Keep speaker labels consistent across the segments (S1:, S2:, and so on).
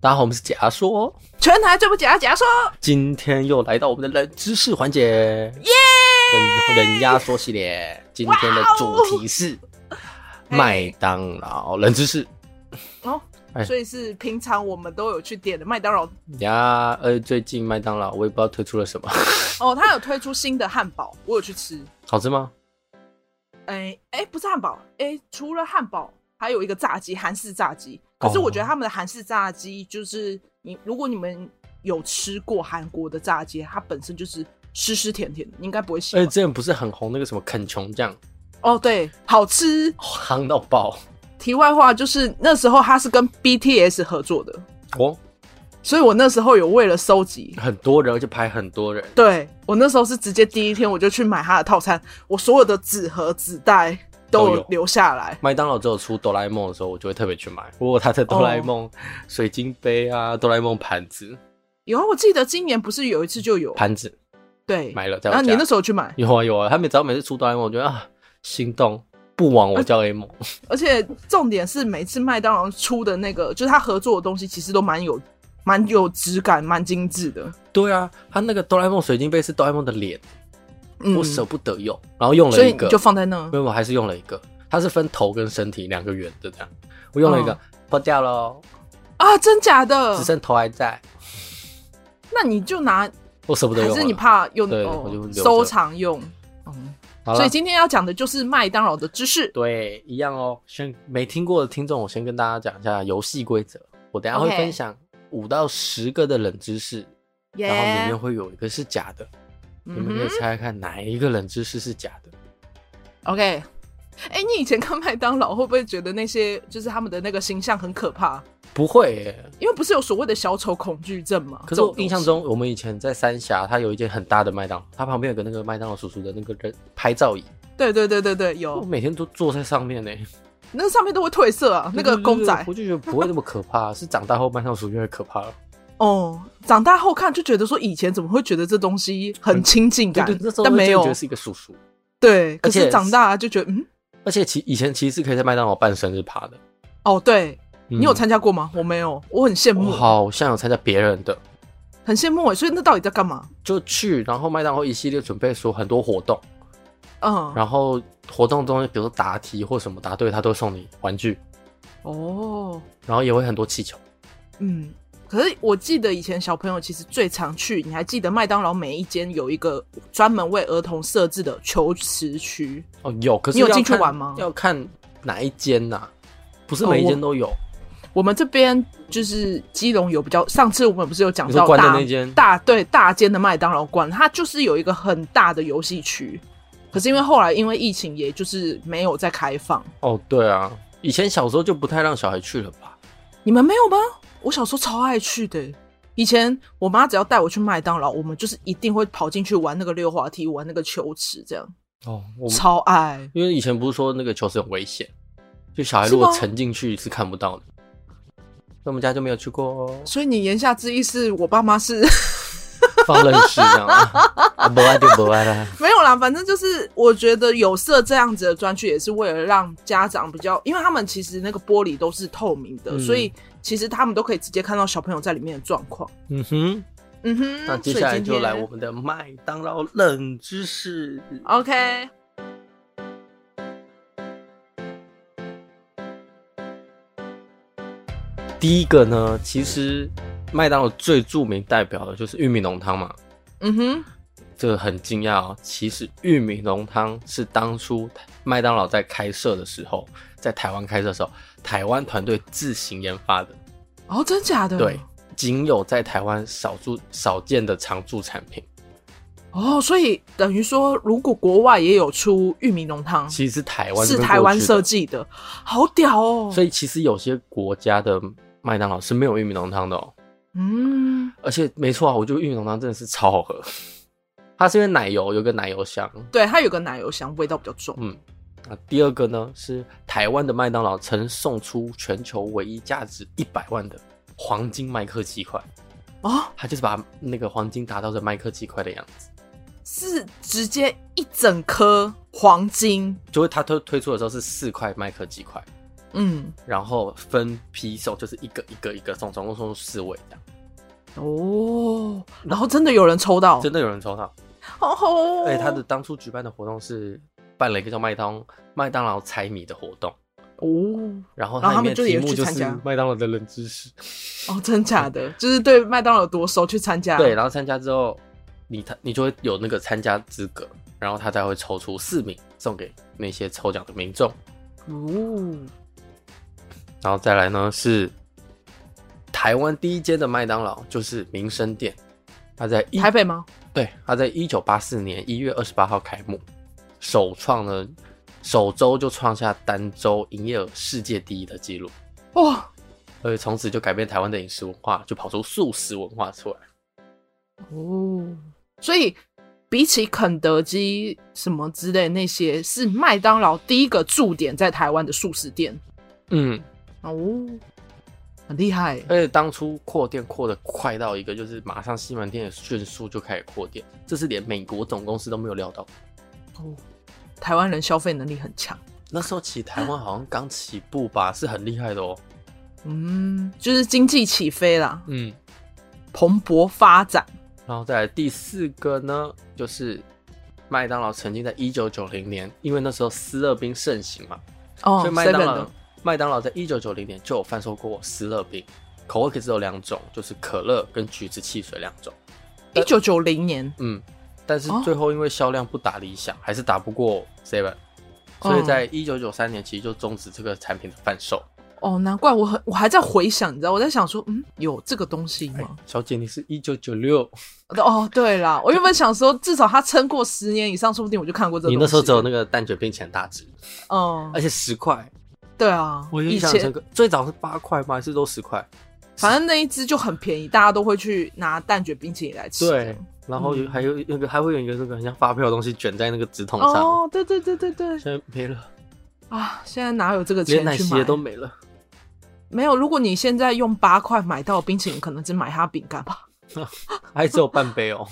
S1: 大家好，我们是假说，哦
S2: 全台最不假的假说，
S1: 今天又来到我们的冷知识环节，
S2: 耶！
S1: 冷冷压缩系列。今天的主题是
S2: 哦嘿
S1: 麦当劳冷知识
S2: 哦
S1: 哎，
S2: 所以是平常我们都有去点的麦当劳
S1: 呀。呃，最近麦当劳我也不知道推出了什么，
S2: 哦，它有推出新的汉堡，我有去吃。
S1: 好吃吗？
S2: 哎哎，不是汉堡，哎，除了汉堡，还有一个炸鸡，韩式炸鸡。可是
S1: 哦
S2: 我觉得他们的韩式炸鸡，就是你如果你们有吃过韩国的炸鸡，它本身就是湿湿甜甜的，你应该不会喜
S1: 而
S2: 欢
S1: 且。哎之前不是很红那个什么肯琼酱，
S2: 哦，对，好吃。
S1: 夯到爆
S2: 题外话就是那时候它是跟 BTS 合作的，
S1: 哦，
S2: 所以我那时候有为了收集
S1: 很多人而且排很多人，
S2: 对我那时候是直接第一天我就去买它的套餐，我所有的纸盒、纸袋
S1: 都
S2: 都
S1: 有
S2: 有留下来。
S1: 麦当劳只有出哆啦 A 梦的时候，我就会特别去买。如果它的哆啦 A
S2: 哦
S1: 梦水晶杯啊，哆啦 A 梦盘子，
S2: 有啊，我记得今年不是有一次就有
S1: 盘子
S2: 对，
S1: 买了在
S2: 然
S1: 我
S2: 后
S1: 家。
S2: 你那时候去买，
S1: 有啊有啊，他每只要每次出哆啦 A 梦，我觉得啊心动，不枉我叫 A 梦。
S2: 而且重点是每次麦当劳出的那个，就是他合作的东西，其实都蛮有蛮有质感、蛮精致的。
S1: 对啊，他那个哆啦 A 梦水晶杯是哆啦 A 梦的脸，
S2: 嗯，
S1: 我舍不得用，然后用
S2: 所
S1: 了
S2: 以
S1: 一
S2: 你
S1: 个，
S2: 就放在那
S1: 没。有，我还是用了一个，它是分头跟身体两个圆的这样，我用了一个
S2: 嗯
S1: 破掉喽，
S2: 啊，真假的
S1: 只？剩头还在，
S2: 那你就拿，
S1: 我舍不得
S2: 还
S1: 用
S2: 是你
S1: 了。
S2: 怕用
S1: 对我就
S2: 哦
S1: 留着
S2: 收藏用？嗯，
S1: 好
S2: 所
S1: 了
S2: 以，今天要讲的就是麦当劳的知识。
S1: 对，一样哦。先没听过的听众，我先跟大家讲一下游戏规则。我等一下会
S2: OK
S1: 分享五到十个的冷知识然后里面会有一个是假的，你
S2: 嗯
S1: 们
S2: 哼
S1: 可以猜猜看哪一个冷知识是假的。
S2: OK，哎、你以前看麦当劳会不会觉得那些就是他们的那个形象很可怕？
S1: 不会耶，
S2: 因为不是有所谓的小丑恐惧症吗？
S1: 可是我
S2: 这种东西
S1: 印象，中，我们以前在三峡，它有一间很大的麦当劳，它旁边有个那个麦当劳叔叔的那个人拍照椅，
S2: 对对对对对，
S1: 我
S2: 有
S1: 每天都坐在上面呢。
S2: 那上面都会褪色啊， 那个公仔
S1: 我就觉得不会那么可怕，是长大后麦当劳叔叔越来越可怕了。
S2: 哦。长大后看就觉得说，以前怎么会觉得这东西很亲近
S1: 对
S2: 感
S1: 对，那时，候
S2: 但没
S1: 真的觉
S2: 有
S1: 得是一个叔叔，
S2: 对。
S1: 而
S2: 可
S1: 且
S2: 是长大就觉得，嗯，
S1: 而且其以前其实是可以在麦当劳办生日趴的。
S2: 哦，对
S1: 嗯
S2: 你有参加过吗？我没有，我很羡慕
S1: 我，好像有参加别人的，
S2: 很羡慕哎。所以那到底在干嘛？
S1: 就去，然后麦当劳一系列准备说很多活动，
S2: 嗯，
S1: 然后活动中比如说答题或什么答对，他都会送你玩具，
S2: 哦，
S1: 然后也会很多气球。
S2: 嗯，可是我记得以前小朋友其实最常去，你还记得麦当劳每一间有一个专门为儿童设置的球池区？
S1: 哦，有，可是
S2: 你有
S1: 要
S2: 进去
S1: 看
S2: 玩吗
S1: 要看哪一间呐、不是
S2: 哦
S1: 每一
S2: 我
S1: 间都有。
S2: 我们这边就是基隆有比较，上次我们不是有讲
S1: 你说
S2: 到
S1: 关的
S2: 大
S1: 那间
S2: 大对大间的麦当劳关，它就是有一个很大的游戏区。可是因为后来因为疫情，也就是没有再开放。
S1: 哦，对啊，以前小时候就不太让小孩去了吧？
S2: 你们没有吗？我小时候超爱去的、以前我妈只要带我去麦当劳，我们就是一定会跑进去玩那个溜滑梯，玩那个球池，这样
S1: 哦，我们
S2: 超爱。
S1: 因为以前不是说那个球是很危险，就小孩如果
S2: 是吗，
S1: 沉进去是看不到的。那我们家就没有去过哦
S2: 所以你言下之意是我爸妈是
S1: 放任式这样 啊，啊不爱就不爱啦。
S2: 没有啦，反正就是我觉得有色这样子的专区也是为了让家长比较，因为他们其实那个玻璃都是透明的，
S1: 嗯
S2: 所以其实他们都可以直接看到小朋友在里面的状况。
S1: 嗯哼，
S2: 嗯哼，
S1: 那接下来就来
S2: 所以
S1: 我
S2: 今
S1: 们的麦当劳冷知识。
S2: 天 OK。
S1: 第一个呢，其实麦当劳最著名代表的就是玉米浓汤嘛。
S2: 嗯哼，
S1: 这个很惊讶哦。其实玉米浓汤是当初麦当劳在开设的时候，在台湾开设的时候，台湾团队自行研发的，
S2: 哦，真假的？
S1: 对，仅有在台湾少数少见的常驻产品。
S2: 哦，所以等于说，如果国外也有出玉米浓汤，
S1: 其实是台湾这
S2: 嗯是
S1: 边
S2: 台
S1: 过
S2: 湾
S1: 去的
S2: 设，计的，好屌哦！
S1: 所
S2: 以，
S1: 以其实有些国家的麦当劳是没有玉米浓汤的哦。
S2: 嗯，
S1: 而且没错啊，我觉得玉米浓汤真的是超好喝，它是因为奶油有个奶油香。
S2: 对，它有个奶油香，味道比较重。
S1: 嗯，那第二个呢是台湾的麦当劳曾送出全球唯一价值一百万的黄金麦克鸡块，
S2: 哦，
S1: 它就是把那个黄金打造成麦克鸡块的样子。
S2: 是直接一整颗黄金
S1: 就是它推推出的时候是四块麦克鸡块，
S2: 嗯，
S1: 然后分批送，就是一个一个一个送，总共送四位这样。
S2: 哦，然后真的有人抽到，
S1: 真的有人抽到，
S2: 哦，
S1: 而且他的当初举办的活动是办了一个叫麦当麦当劳猜谜的活动，
S2: 哦
S1: 然后
S2: 然后
S1: 它
S2: 他
S1: 里
S2: 们
S1: 面
S2: 就
S1: 题
S2: 也
S1: 目
S2: 去
S1: 就
S2: 参
S1: 是
S2: 加
S1: 麦当劳的冷知识。
S2: 哦，真假的，就是对麦当劳有多熟去参加，
S1: 对，然后参加之后，你他你就会有那个参加资格，然后他才会抽出四名送给那些抽奖的民众，
S2: 哦，
S1: 然后再来呢是台湾第一间的麦当劳，就是民生店，它在一
S2: 台北吗？
S1: 对，它在一九八四年一月二十八号开幕，首创呢首周就创下单周营业额世界第一的记录，
S2: 哇，
S1: 而且从此就改变台湾的饮食文化，就跑出素食文化出来。
S2: 哦，所以比起肯德基什么之类那些，是麦当劳第一个驻点在台湾的素食店
S1: 嗯，
S2: 哦，很厉害，
S1: 而且当初扩店扩的快到一个，就是马上西门店也迅速就开始扩店，这是连美国总公司都没有料到。
S2: 哦，台湾人消费能力很强。
S1: 那时候其实台湾好像刚起步吧，是很厉害的哦。
S2: 嗯，就是经济起飞啦，
S1: 嗯，
S2: 蓬勃发展。
S1: 然后再来第四个呢，就是麦当劳曾经在一九九零年，因为那时候斯乐冰盛行嘛，
S2: 哦
S1: 所以，麦
S2: seven
S1: 当
S2: 的
S1: 劳麦当劳在一九九零年就有贩售过斯乐冰，口味可只有两种，就是可乐跟橘子汽水两种。呃
S2: 一九九零年，
S1: 嗯，但是
S2: 哦
S1: 最后因为销量不达理想，还是打不过 Seven，所以在一九九三年其实就终止这个产品的贩售。
S2: 哦，难怪我很我还在回想，你知道我在想说，嗯，有这个东西吗？
S1: 小姐，你是一九九六，
S2: 哦，对啦，我原本想说，至少他撑过十年以上，说不定我就看过这个。
S1: 你那时候只有那个蛋卷冰淇淋大只，
S2: 嗯
S1: 而，且十块，
S2: 对啊，
S1: 我
S2: 以
S1: 印象很深
S2: 前
S1: 刻。最早是八块吗？还是都十块？
S2: 反正那一只就很便宜，大家都会去拿蛋卷冰淇淋来吃。
S1: 对，嗯然后有还有那个还会有一个那个很像发票的东西卷在那个纸筒上，
S2: 哦，对对对对对
S1: 现在没了，
S2: 啊！现在哪有这个钱
S1: 连奶
S2: 去
S1: 昔
S2: 买
S1: 也？都没了。
S2: 没有。如果你现在用八块买到冰淇淋，可能只买它饼干吧，
S1: 还只有半杯哦。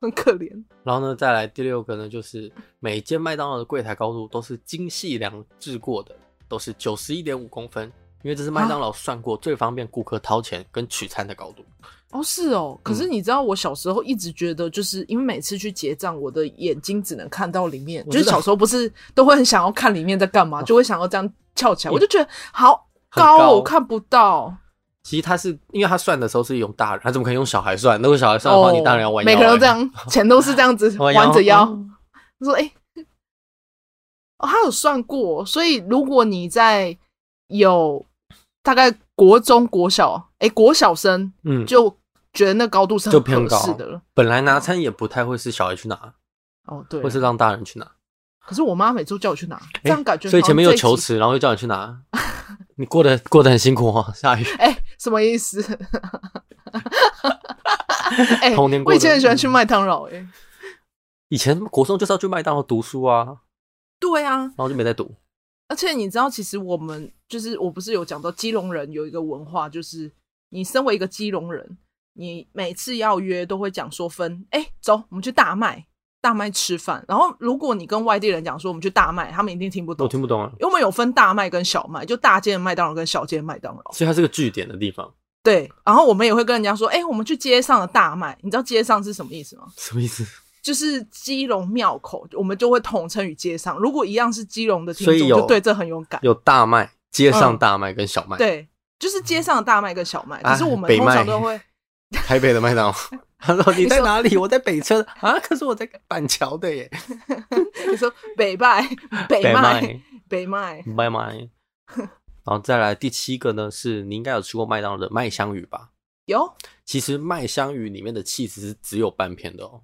S2: 很可怜。
S1: 然后呢，再来第六个呢，就是每间麦当劳的柜台高度都是精细量制过的，都是九十一点五公分，因为这是麦
S2: 啊
S1: 当劳算过最方便顾客掏钱跟取餐的高度。
S2: 哦，是哦。可
S1: 嗯
S2: 是你知道，我小时候一直觉得，就是因为每次去结账，我的眼睛只能看到里面，
S1: 我
S2: 就
S1: 知
S2: 是
S1: 道哦
S2: 小时候不是都会很想要看里面在干嘛，就会想要这样翘起来，我就觉得好
S1: 很
S2: 高
S1: 高
S2: 哦，我看不到。
S1: 其实他是因为他算的时候是用大人，他怎么可能用小孩算？如果小孩算的话，你当然要弯哎腰、
S2: 哦每个人都 这。样，钱都是这样子
S1: 弯腰
S2: 弯着腰
S1: 哦。
S2: 他说：“哎、哦，他有算过，所以如果你在有大概国中、国小，哎、国小生
S1: 嗯，
S2: 就觉得那高度是
S1: 就
S2: 很
S1: 偏
S2: 合适
S1: 高
S2: 的了。
S1: 本来拿餐也不太会是小孩去拿，
S2: 哦，对
S1: 会。是让大人去拿。
S2: 可是我妈每次都叫我去拿，这
S1: 哎
S2: 样感觉好像
S1: 所以前面
S2: 这
S1: 有
S2: 一
S1: 球
S2: 集。
S1: 池，然后又叫你去拿，你过得过得很辛苦哦，下雨。
S2: 哎、什么意思？ 哎、
S1: 童年过
S2: 我以前
S1: 得
S2: 很喜欢去麦当劳，哎，
S1: 以前国中就是要去麦当劳读书啊，
S2: 对啊，
S1: 然后就没再读。
S2: 而且你知道，其实我们就是我不是有讲到基隆人有一个文化，就是你身为一个基隆人，你每次要约都会讲说分，哎、走，我们去大麦，大麦吃饭。然后如果你跟外地人讲说我们去大麦，他们一定听不懂
S1: 我，听不懂啊，
S2: 因为我们有分大麦跟小麦，就大间的麦当劳跟小间的麦当劳。
S1: 所以它是个据点的地方，
S2: 对，然后我们也会跟人家说，哎、我们去街上的大麦，你知道街上是什么意思吗？
S1: 什么意思？
S2: 就是基隆庙口，我们就会统称于街上。如果一样是基隆的听
S1: 所以
S2: 众，
S1: 有
S2: 就对这很有感。
S1: 有大麦，街上大麦跟小麦，
S2: 对，就是街上的大麦跟小麦，
S1: 啊
S2: 可是我们
S1: 北
S2: 通
S1: 麦
S2: 常 都会，
S1: 台北的麦 当劳。他说你在
S2: 说
S1: 哪里？我在北车 啊，可是我在板桥的耶。
S2: 你说北麦、北麦
S1: 麦、，
S2: 北麦，
S1: 拜 麦。然后再来第七个呢，是你应该有吃过麦当劳的麦香鱼吧？
S2: 有
S1: 其实麦香鱼里面的气质是只有半片的哦。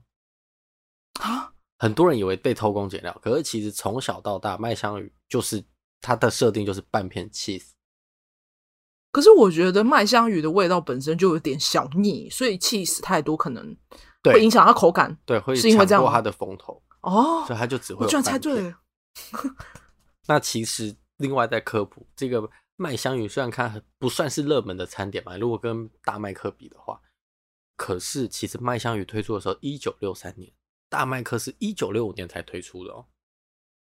S2: 啊，
S1: 很多人以为被偷工减料，可是其实从小到大，麦香鱼就是它的设定就是半片 cheese。
S2: 可是我觉得麦香鱼的味道本身就有点小腻，所以 cheese 太多可能会
S1: 对
S2: 影响它口感。
S1: 对，会
S2: 是因为这
S1: 抢
S2: 样
S1: 过
S2: 吗
S1: 它的风头，
S2: 哦
S1: 所，以它就只会
S2: 我
S1: 有
S2: 居然猜
S1: 半片
S2: 对了，
S1: 那其实另外再科普，这个麦香鱼虽然看很不算是热门的餐点嘛，如果跟大麦克比的话，可是其实麦香鱼推出的时候，一九六三年，大麦克是一九六五年才推出的哦，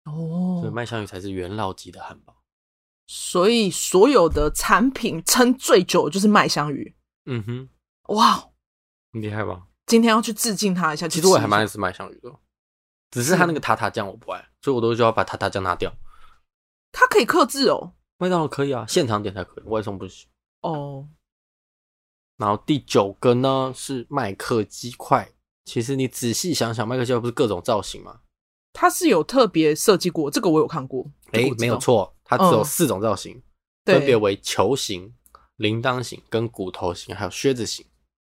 S1: 所以
S2: 哦，
S1: 麦香鱼才是元老级的汉堡。
S2: 所以所有的产品撑最久的就是麦香鱼。
S1: 嗯哼，
S2: 哇，哦
S1: 很厉害吧？
S2: 今天要去致敬他一下。
S1: 其实我也
S2: 去吃
S1: 还蛮
S2: 一下
S1: 爱吃麦香鱼的，哦只是它那个塔塔酱我不爱，所以我都需要把塔塔酱拿掉。
S2: 他可以克制哦。
S1: 麦当劳可以啊，现场点才可以，外送不行。
S2: 哦，
S1: 然后第九个呢是麦克鸡块。其实你仔细想想，麦克鸡块不是各种造型吗？
S2: 他是有特别设计过，这个我有看过。这
S1: 诶，
S2: 个我知道
S1: 没有，错，它只有
S2: 嗯
S1: 四种造型，分别
S2: 对。
S1: 为球形、铃铛形、跟骨头形，还有靴子形。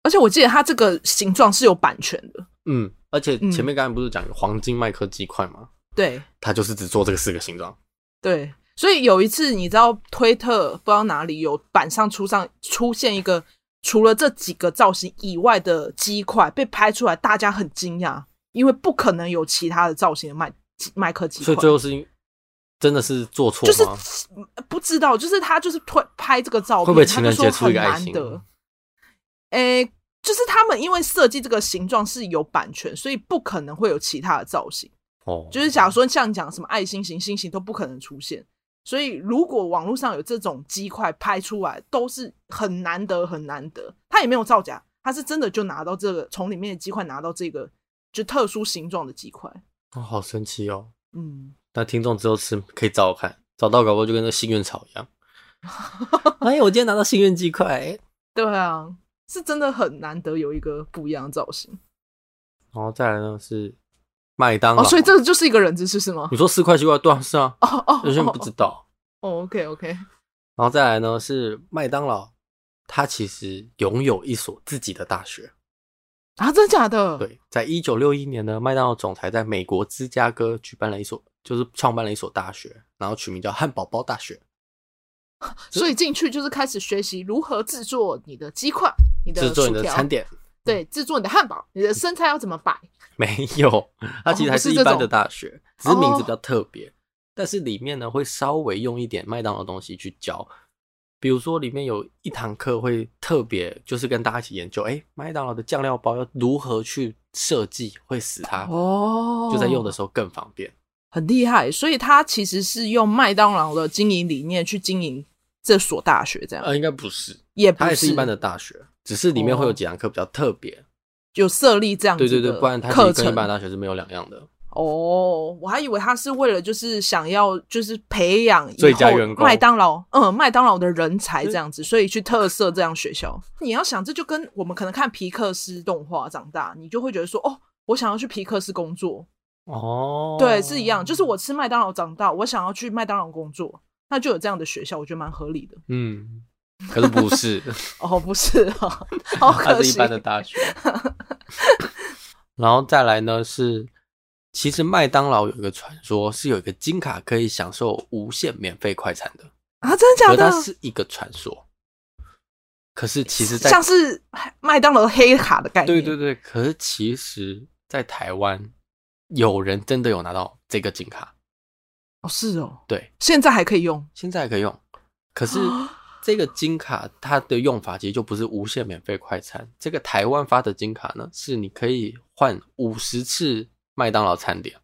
S2: 而且我记得它这个形状是有版权的。
S1: 嗯，而且
S2: 嗯
S1: 前面刚才不是讲有黄金麦克鸡块吗？
S2: 对
S1: 它就是只做这个四个形状。
S2: 对，所以有一次你知道推特不知道哪里有板上出上出现一个除了这几个造型以外的鸡块被拍出来，大家很惊讶，因为不可能有其他的造型的麦麦克鸡
S1: 所以。
S2: 块
S1: 最后是因真的是做错
S2: 就是
S1: 吗？
S2: 不知道，就是他就是推拍这个照片，
S1: 会不会情人
S2: 他就
S1: 节
S2: 说
S1: 出一
S2: 很
S1: 个爱
S2: 难
S1: 心？
S2: 得。诶、就是他们因为设计这个形状是有版权，所以不可能会有其他的造型。
S1: 哦，
S2: 就是假如说像你讲什么爱心型、星型都不可能出现。所以如果网络上有这种鸡块拍出来，都是很难得、很难得。他也没有造假，他是真的就拿到这个从里面的鸡块拿到这个就特殊形状的鸡块。
S1: 哦，好神奇哦！
S2: 嗯，
S1: 那听众之后吃可以找我看，找到搞不好就跟那幸运草一 样。哎，我今天拿到幸运鸡块，哎
S2: 对啊，是真的很难得有一个不一样的造型。
S1: 然后再来呢是麦当劳。
S2: 哦，所以这个就是一个人质，是是吗
S1: 你？说四块鸡块对啊，是啊，
S2: 哦哦，
S1: 有些人不知道。
S2: 哦，OK OK，
S1: 然后再来呢是麦当劳，它其实拥有一所自己的大学。
S2: 啊，真的假的？，
S1: 对，在一九六一年呢，麦当劳总裁在美国芝加哥举办了一所，就是创办了一所大学，然后取名叫汉堡包大学。
S2: 所以进去就是开始学习如何制作你的鸡块、你的
S1: 制作
S2: 薯
S1: 你的
S2: 条
S1: 餐，点。
S2: 对，制作你的汉堡，你的生菜要怎么摆？
S1: 没
S2: 哦
S1: 有，它其实还是一般的大学，只是
S2: 不是这种哦
S1: 名字比较特别。但是里面呢，会稍微用一点麦当劳的东西去教，比如说里面有一堂课会特别，就是跟大家一起研究，哎、麦当劳的酱料包要如何去设计，会使它
S2: 哦
S1: 啊就在用的时候更方便。
S2: 很厉害。所以他其实是用麦当劳的经营理念去经营这所大学，这样、
S1: 呃，应该不是，
S2: 也不
S1: 它也是一哦般的大学，只是里面会有几堂课比较特别。
S2: 有设立这样
S1: 对
S2: 子
S1: 对
S2: 的
S1: 对，不然它其
S2: 课
S1: 实跟一
S2: 程
S1: 般的大学是没有两样的。
S2: 哦，我还以为他是为了就是想要就是培养以
S1: 最佳
S2: 后
S1: 员工
S2: 麦当劳，嗯，麦当劳的人才这样子，所以去特色这样学校。你要想，这就跟我们可能看皮克斯动画长大，你就会觉得说，哦，我想要去皮克斯工作，
S1: 哦，
S2: 对，是一样，就是我吃麦当劳长大，我想要去麦当劳工作，那就有这样的学校，我觉得蛮合理的。
S1: 嗯，可是不 是。
S2: 哦，不是哦， 好
S1: 它
S2: 可
S1: 是一
S2: 惜，
S1: 般的大学。然后再来呢是，其实麦当劳有一个传说是有一个金卡可以享受无限免费快餐的，
S2: 啊，真的
S1: 可
S2: 假
S1: 它
S2: 的？
S1: 是一个传说。可是其实在，
S2: 像是麦当劳黑卡的概念，
S1: 对对对，可是其实，在台湾有人真的有拿到这个金卡，
S2: 哦，是哦，
S1: 对，
S2: 现在还可以用。
S1: 现在还可以用。可是
S2: 啊
S1: 这个金卡它的用法其实就不是无限免费快餐，这个台湾发的金卡呢，是你可以换五十次麦当劳餐点，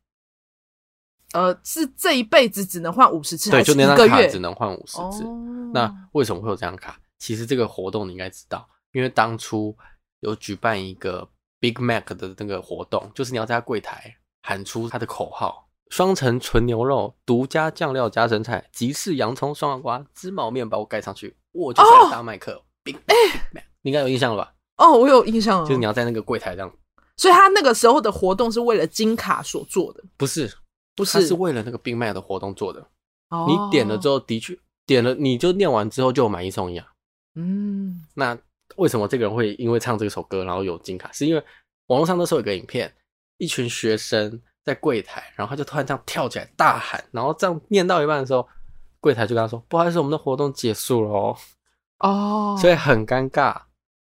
S2: 呃，是这一辈子只能换五十次，
S1: 对，
S2: 还是
S1: 就
S2: 一
S1: 那
S2: 个
S1: 张卡
S2: 月
S1: 只能换五十次。
S2: 哦、
S1: 那为什么会有这张卡？其实这个活动你应该知道，因为当初有举办一个 Big Mac 的那个活动，就是你要在他柜台喊出他的口号：双层纯牛肉、独家酱料加生菜、吉士洋葱、双黄瓜、芝麻面把我盖上去，我就是要大麦克、Big Mac，, Big Mac 你应该有印象了吧？
S2: 哦，我有印象了，
S1: 就是你要在那个柜台这样，
S2: 所以他那个时候的活动是为了金卡所做的，
S1: 不是，
S2: 不
S1: 它
S2: 是？
S1: 是为了那个 Big Mac 的活动做的。
S2: 哦
S1: 你点了之后，的确点了，你就念完之后就有买一送一啊。
S2: 嗯，
S1: 那为什么这个人会因为唱这首歌然后有金卡？是因为网络上那时候有个影片，一群学生在柜台，然后他就突然这样跳起来大喊，然后这样念到一半的时候，柜台就跟他说：“不好意思，我们的活动结束了哦。
S2: 哦，
S1: 所以很尴尬。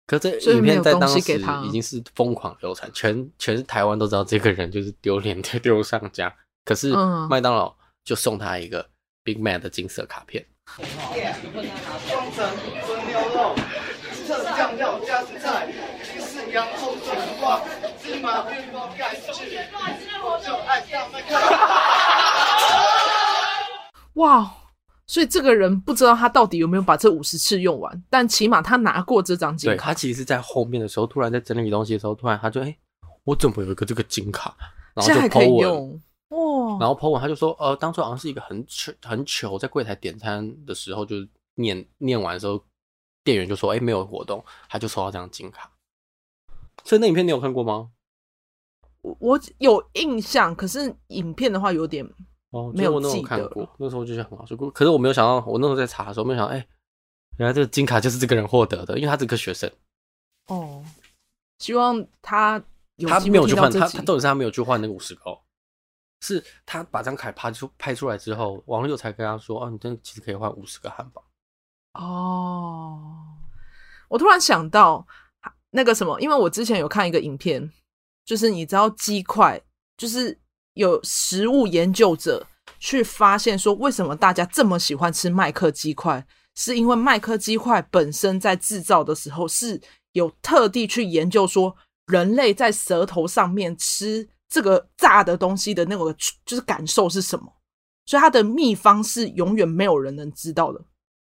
S1: 可这
S2: 所以
S1: 影
S2: 没
S1: 片
S2: 有
S1: 在当
S2: 东西
S1: 时
S2: 给他
S1: 已经是疯狂流传，全全台湾都知道这个人就是丢脸丢 丢上家。可是
S2: 嗯
S1: 麦当劳就送他一个 Big Mac 的金色卡片。
S3: 双层纯牛肉，特酱料加生菜，鸡翅洋葱笋瓜，芝麻面包盖上去，我就爱上麦克。
S2: 哇，所以这个人不知道他到底有没有把这五十次用完，但起码他拿过这张金
S1: 对
S2: 卡。
S1: 他其实是在后面的时候，突然在整理东西的时候，突然他就哎、我怎么有一个这个金卡？然后
S2: 现在
S1: 就
S2: 还可
S1: po 文，
S2: 以用哇！
S1: 然后 po 文他就说，呃，当初好像是一个很糗很糗，在柜台点餐的时候，就是念念完的时候，店员就说，哎、没有活动，他就收到这张金卡。所以那影片你有看过吗？
S2: 我我有印象，可是影片的话有点
S1: 哦，
S2: 没
S1: 就是我
S2: 有
S1: 那时
S2: 记
S1: 候
S2: 得
S1: 看过，那时候就是很好笑。可是我没有想到，我那时候在查的时候没有想到，哎、原来这个金卡就是这个人获得的，因为他是个学生，
S2: 哦。希望他有
S1: 他
S2: 机
S1: 没
S2: 会
S1: 有去
S2: 听到
S1: 换，
S2: 这
S1: 他
S2: 集
S1: 他重点是他没有去换那个五十哦，是他把张卡拍出拍出来之后，网友才跟他说，哦，你真的其实可以换五十个汉堡。
S2: 哦。我突然想到那个什么，因为我之前有看一个影片，就是你知道鸡块，就是有食物研究者去发现说，为什么大家这么喜欢吃麦克鸡块，是因为麦克鸡块本身在制造的时候是有特地去研究说，人类在舌头上面吃这个炸的东西的那个就是感受是什么，所以它的秘方是永远没有人能知道的，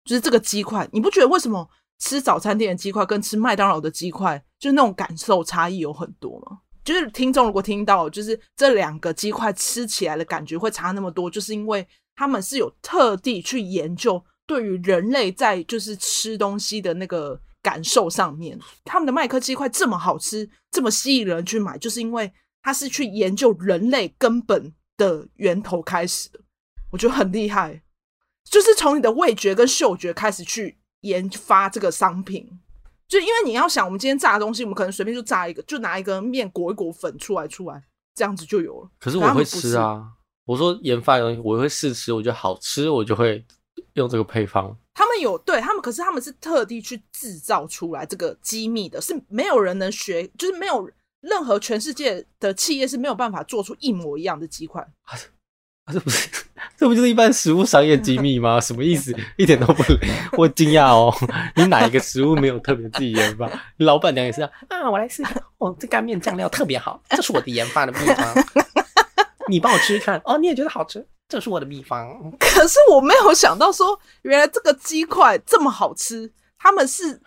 S2: 就是这个鸡块，你不觉得为什么？吃早餐店的鸡块跟吃麦当劳的鸡块，就是那种感受差异有很多吗？就是听众如果听到，就是这两个鸡块吃起来的感觉会差那么多，就是因为他们是有特地去研究对于人类在就是吃东西的那个感受上面，他们的麦克鸡块这么好吃，这么吸引人去买，就是因为他是去研究人类根本的源头开始的，我觉得很厉害，就是从你的味觉跟嗅觉开始去研发这个商品。就因为你要想，我们今天炸的东西，我们可能随便就炸一个，就拿一个面裹一裹粉出来，出来这样子就有了。
S1: 可是我
S2: 他们
S1: 会
S2: 不
S1: 吃
S2: 是
S1: 啊，我说研发的东西我会试吃，我觉得好吃，我就会用这个配方。
S2: 他们有对他们，可是他们是特地去制造出来这个机密的，是没有人能学，就是没有任何全世界的企业是没有办法做出一模一样的鸡块。
S1: 啊 这不是，这不就是一般食物商业机密吗？什么意思？ 一点都不，我惊讶哦。 你哪一个食物没有特别自己研发？ 老板娘也是啊，啊我来试一下，哦，这干面酱料特别好，这是我的研发的秘方。 你帮我吃吃看，哦，你也觉得好吃，这是我的秘方。
S2: 可是我没有想到说，原来这个鸡块这么好吃，他们是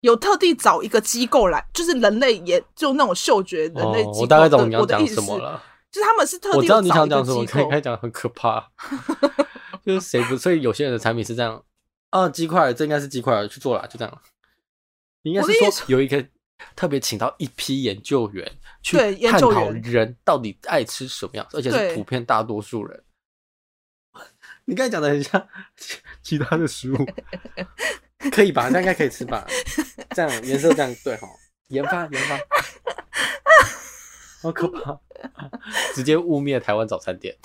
S2: 有特地找一个机构来，就是人类也就那种嗅觉人类机构的、
S1: 哦我大概懂你要
S2: 我的
S1: 讲
S2: 意思
S1: 什么
S2: 是
S1: 了。
S2: 就是他们是特地
S1: 我知道你
S2: 有找
S1: 想
S2: 一个
S1: 讲什么，
S2: 机
S1: 可以
S2: 构
S1: 可以讲很可怕， 就是谁不，所以有些人的产品是这样，啊，鸡块，这应该是鸡块，去做了，就这样。你应该
S2: 我
S1: 是
S2: 的意思
S1: 说有一个特别请到一批研究员去
S2: 对研
S1: 探
S2: 究
S1: 讨
S2: 员
S1: 人到底爱吃什么样，而且
S2: 对
S1: 是普遍大多数人。 你刚才讲的很像其其他的食 物，可以吧？那应该可以吃吧？这样颜色这样对哈，研发研发，好可怕！直接污蔑台湾早餐店。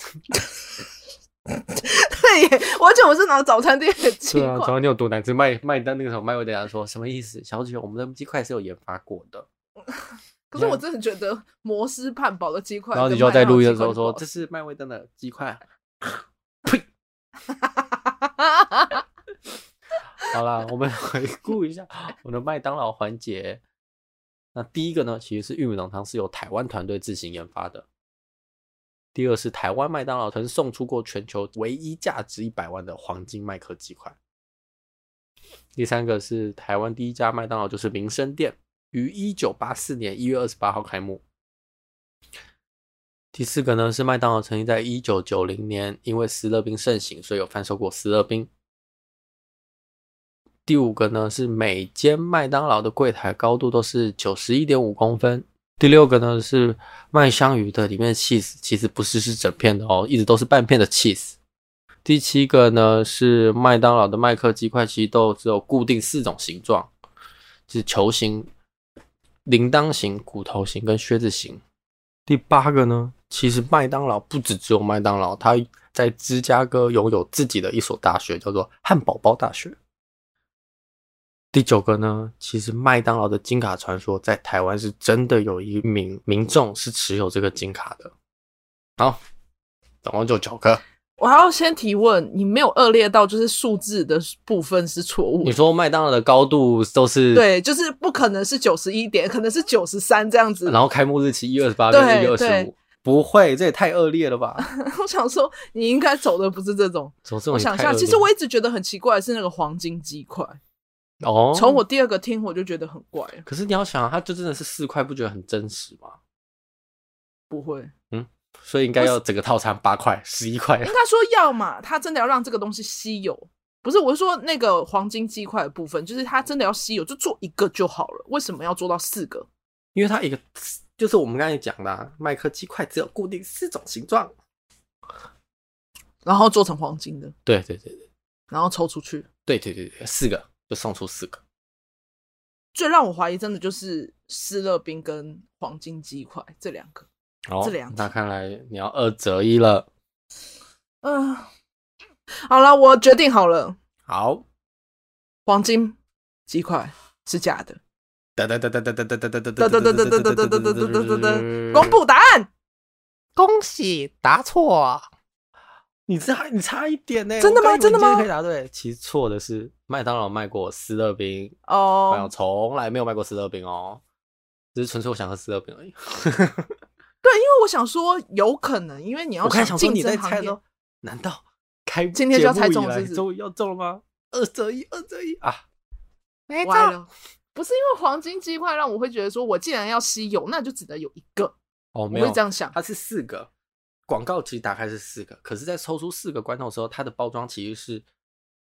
S2: 对耶，我而且我是拿早餐店的鸡
S1: 对啊，
S2: 块
S1: 早，餐店有多难吃？麦麦当那个时候麦味的人说什么意思？小姐，我们的鸡块是有研发过的。
S2: 可是我真的觉得摩斯汉堡的鸡块，
S1: 然后你就要在录音的时候说这是麦味登的鸡块。呸！好啦，我们 回顾一下我们的麦当劳环节。那第一个呢，其实是玉米浓汤是由台湾团队自行研发的。第二是台湾麦当劳曾送出过全球唯一价值一百万的黄金麦克鸡块。第三个是台湾第一家麦当劳就是民生店，于一九八四年一月二十八号开幕。第四个呢是麦当劳曾经在一九九零年因为斯乐冰盛行，所以有贩售过斯乐冰。第五个呢是每间麦当劳的柜台高度都是九十一点五公分。第六个呢是麦香鱼的里面的 cheese 其实不是是整片的哦，一直都是半片的 cheese。第七个呢是麦当劳的麦克鸡块，其实都只有固定四种形状，就是球形、铃铛形、骨头形跟靴子形。第八个呢，其实麦当劳不止只有麦当劳，它在芝加哥拥有自己的一所大学，叫做汉堡包大学。第九个呢，其实麦当劳的金卡传说在台湾是真的有一名民众是持有这个金卡的。好，总共就九个。
S2: 我还要先提问，你没有恶劣到就是数字的部分是错误
S1: 你
S2: 的，
S1: 说麦当劳的高度都是，
S2: 对，就是不可能是九十一点，可能是九十三这样子。
S1: 然后开幕日期一月二十八跟一
S2: 对
S1: 月二十
S2: 对
S1: 五，不会，这也太恶劣了吧？
S2: 我想说，你应该走的不是这种。
S1: 走这种
S2: 我
S1: 也
S2: 想一
S1: 太
S2: 下，
S1: 恶
S2: 其
S1: 劣
S2: 实
S1: 了
S2: 我一直觉得很奇怪的是那个黄金鸡块，
S1: 哦，
S2: 从我第二个听我就觉得很怪了。
S1: 可是你要想啊，它就真的是四块，不觉得很真实吗？
S2: 不会，应
S1: 所以应该要整个套餐八块、十一块。
S2: 该说要嘛，他真的要让这个东西稀有。不是，我是说那个黄金鸡块的部分，就是它真的要稀有，就做一个就好了。为什么要做到四个？
S1: 因为它一个就是我们刚才讲的、啊，麦克鸡块只有固定四种形状。
S2: 然后做成黄金的，
S1: 对对对对
S2: 然后抽出去。
S1: 对对对对，四个就送出四个。
S2: 最让我怀疑，真的就是湿乐冰跟黄金鸡块这两个。
S1: 哦
S2: 这两题
S1: 那看来你要二择一了。
S2: 嗯、好了，我决定好了，
S1: 好，
S2: 黄金鸡块是假的。
S1: 哒哒哒哒哒哒哒哒哒哒
S2: 得得得得得得得得得得得得，公布答案，
S1: 恭喜答错。你差你差一点呢、
S2: 真的
S1: 我
S2: 吗
S1: 刚以为
S2: 真的吗
S1: 你今天可以答对，其实错的是麦当劳卖过斯乐冰，没有，
S2: 哦。
S1: 从来没有卖过斯乐冰哦，只是纯粹我想喝斯乐冰而已。
S2: 对，因为我想说有可能，因为你要
S1: 我刚才想说
S2: 竞
S1: 你在
S2: 争
S1: 猜
S2: 行业
S1: 咯，，难道开
S2: 今天就要猜中
S1: 节目以
S2: 了
S1: 来
S2: 是不是
S1: 终于要中了吗？二择一，二择一啊！没
S2: 歪了。哎不是因为黄金鸡块让我会觉得说，我既然要稀有，那就只能有一个，
S1: 哦，
S2: 我
S1: 没有
S2: 会这样想。
S1: 它是四个广告，其实打开是四个，可是，在抽出四个罐头的时候，它的包装其实是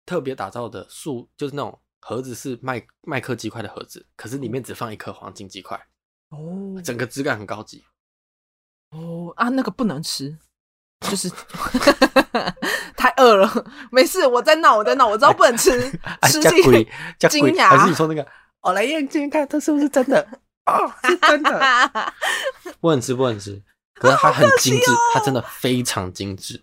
S1: 特别打造的塑，就是那种盒子是麦麦克鸡块的盒子，可是里面只放一颗黄金鸡块，
S2: 哦
S1: 整个质感很高 级。
S2: 哦啊，那个不能吃，就是 太饿了。没事，我在闹，我在闹，我知道不能吃，
S1: 哎，
S2: 吃
S1: 加
S2: 进
S1: 鬼
S2: 去。
S1: 加
S2: 惊
S1: 鬼，
S2: 讶
S1: 还是你说那个？我来验证看，它是不是真的？哦，是真的。 不能吃，不能吃。可是它很精致，它真的非常精致。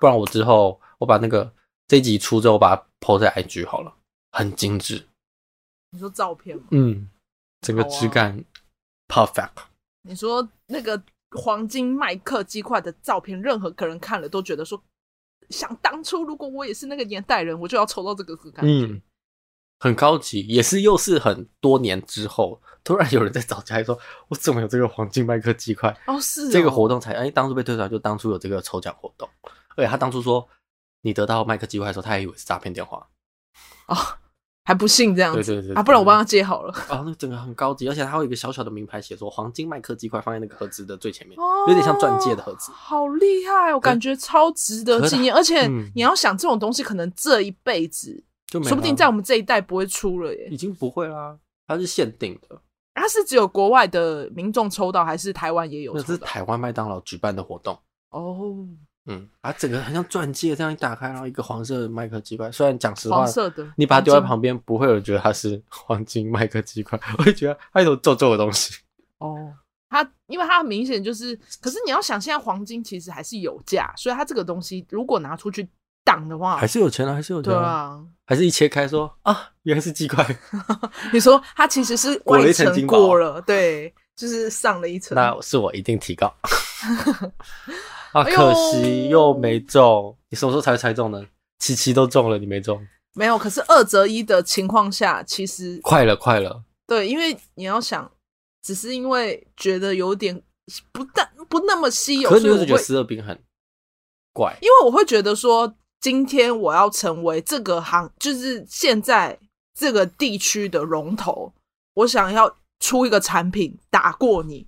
S1: 不然我之后我把那个这一集出之后，我把它 po 在 IG 好了，很精致。
S2: 你说照片吗？
S1: 嗯，整个
S2: 好啊
S1: 质感 perfect。
S2: 你说那个黄金麦克鸡块的照片，任何个人看了都觉得说，想当初如果我也是那个年代人，我就要抽到这个感觉。
S1: 嗯，很高级，也是又是很多年之后，突然有人在找家里说，我怎么有这个黄金麦克鸡块？
S2: 哦，是哦
S1: 这个活动才哎，当初被推出来就当初有这个抽奖活动，而且他当初说你得到麦克鸡块的时候，他还以为是诈骗电话。
S2: 哦，还不信这样
S1: 对
S2: 子
S1: 对对对
S2: 啊，不然我帮他接好了。
S1: 哦，那整个很高级，而且它会有一个小小的名牌写说“黄金麦克鸡块”放在那个盒子的最前面，
S2: 哦
S1: 有点像钻戒的盒子。
S2: 好厉害，我感觉超值得纪念。而且
S1: 嗯
S2: 你要想，这种东西可能这一辈子，
S1: 就没嗯
S2: 说不定
S1: 了
S2: 在我们这一代不会出了耶
S1: 已。经不会啦，它是限定的，
S2: 它是只有国外的民众抽到，还是台湾也有
S1: 那
S2: 抽
S1: 是
S2: 到？
S1: 台湾麦当劳举办的活动。
S2: 哦，
S1: 嗯，啊，整个很像钻戒这样一打开，然后一个黄色的麦克鸡块。虽然讲实话
S2: 黄，色的，
S1: 你把它丢在
S2: 黄金
S1: 旁边，不会有人觉得它是黄金麦克鸡块，我会觉得它一种皱皱的东西。
S2: 哦，它因为它很明显就是，可是你要想，现在黄金其实还是有价，所以它这个东西如果拿出去当的话，
S1: 还是有钱啊，还是有钱
S2: 对啊。
S1: 还是一切开说啊，原来是鸡块。
S2: 你说它其实是
S1: 裹了
S2: 外
S1: 一层
S2: 层
S1: 金箔
S2: 过了，对，就是上了一层。
S1: 那是我一定提 高。啊，
S2: 哎呦
S1: 可惜又没中。你什么时候才会猜中呢？琪琪都中了，你没中，
S2: 没有，可是二择一的情况下，其实
S1: 快了，快了。
S2: 对，因为你要想，只是因为觉得有点不但不那么稀有，
S1: 可是
S2: 所
S1: 你
S2: 以
S1: 为什么
S2: 我
S1: 觉得
S2: 会
S1: 十二冰很怪？
S2: 因为我会觉得说，今天我要成为这个行，就是现在这个地区的龙头，我想要出一个产品打过你，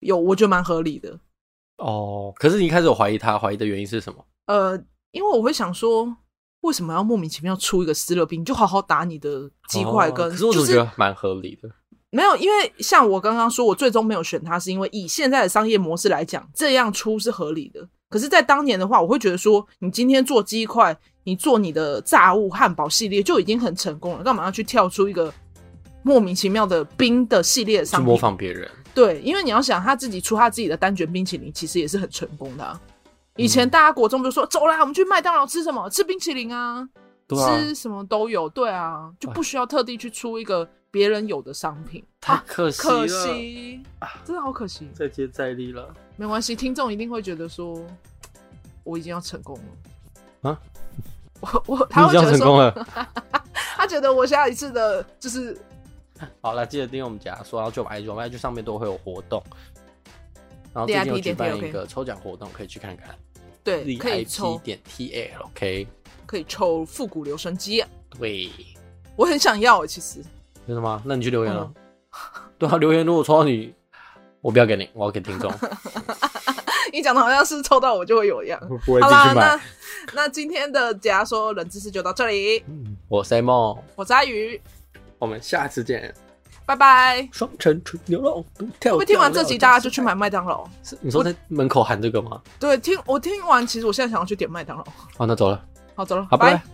S2: 有我觉得蛮合理的。
S1: 哦，可是你一开始有怀疑他，怀疑的原因是什么？
S2: 呃，因为我会想说，为什么要莫名其妙出一个斯乐冰？你就好好打你的鸡块跟，
S1: 哦可是我
S2: 就
S1: 总
S2: 是
S1: 觉得蛮合理的。
S2: 没有，因为像我刚刚说，我最终没有选它，是因为以现在的商业模式来讲，这样出是合理的。可是，在当年的话，我会觉得说，你今天做鸡块，你做你的炸物汉堡系列就已经很成功了，干嘛要去跳出一个莫名其妙的冰的系列
S1: 去
S2: 商
S1: 模
S2: 品？
S1: 仿别人，
S2: 对，因为你要想，他自己出他自己的单卷冰淇淋，其实也是很成功的啊、以
S1: 嗯
S2: 前大家国中就说，走啦，我们去麦当劳吃什么？吃冰淇淋啊，
S1: 对啊，哎
S2: 吃什么都有。对啊，就不需要特地去出一个别人有的商品。
S1: 太可惜了，
S2: 啊
S1: 啊
S2: 可惜，真的好可惜。
S1: 再接再厉了。
S2: 没关系，听众一定会觉得说，我已经要成功了
S1: 啊！
S2: 我我
S1: 你
S2: 他
S1: 已
S2: 会
S1: 经
S2: 觉
S1: 要
S2: 得
S1: 成功
S2: 说，
S1: 了。
S2: 他觉得我下一次的就是啊
S1: 好了，记得订阅我们家说，然后就买 IG，我们 IG 上面都会有活动。然后最近有
S2: VIP
S1: 举
S2: 点
S1: 办
S2: TLK
S1: 一个抽奖活动，可以去看看。
S2: 对，可以
S1: VIP
S2: 抽，
S1: 点 TLK，
S2: 可以抽复古留声机，啊
S1: 对，
S2: 我很想要欸，其实
S1: 真的吗？那你去留言了。
S2: 嗯
S1: 对啊，留言如果抽到你，我不要给你，我要给 听众。
S2: 你讲的好像是抽到我就会有一样。
S4: 不会自
S2: 好啦，
S4: 己买
S2: 那。那今天的假说冷知识就到这里，
S1: 我是 Mo，
S2: 我是阿鱼，
S1: 我们下次见。
S2: 拜拜。
S1: 双层纯牛肉独跳
S2: 因为听完这集，大家就去买麦当劳。
S1: 是你说在门口喊这个吗？哦
S2: 对，听我听完，其实我现在想要去点麦当劳。
S1: 好，那走了，
S2: 好，走了，
S1: 好，拜
S2: 拜
S1: 拜。。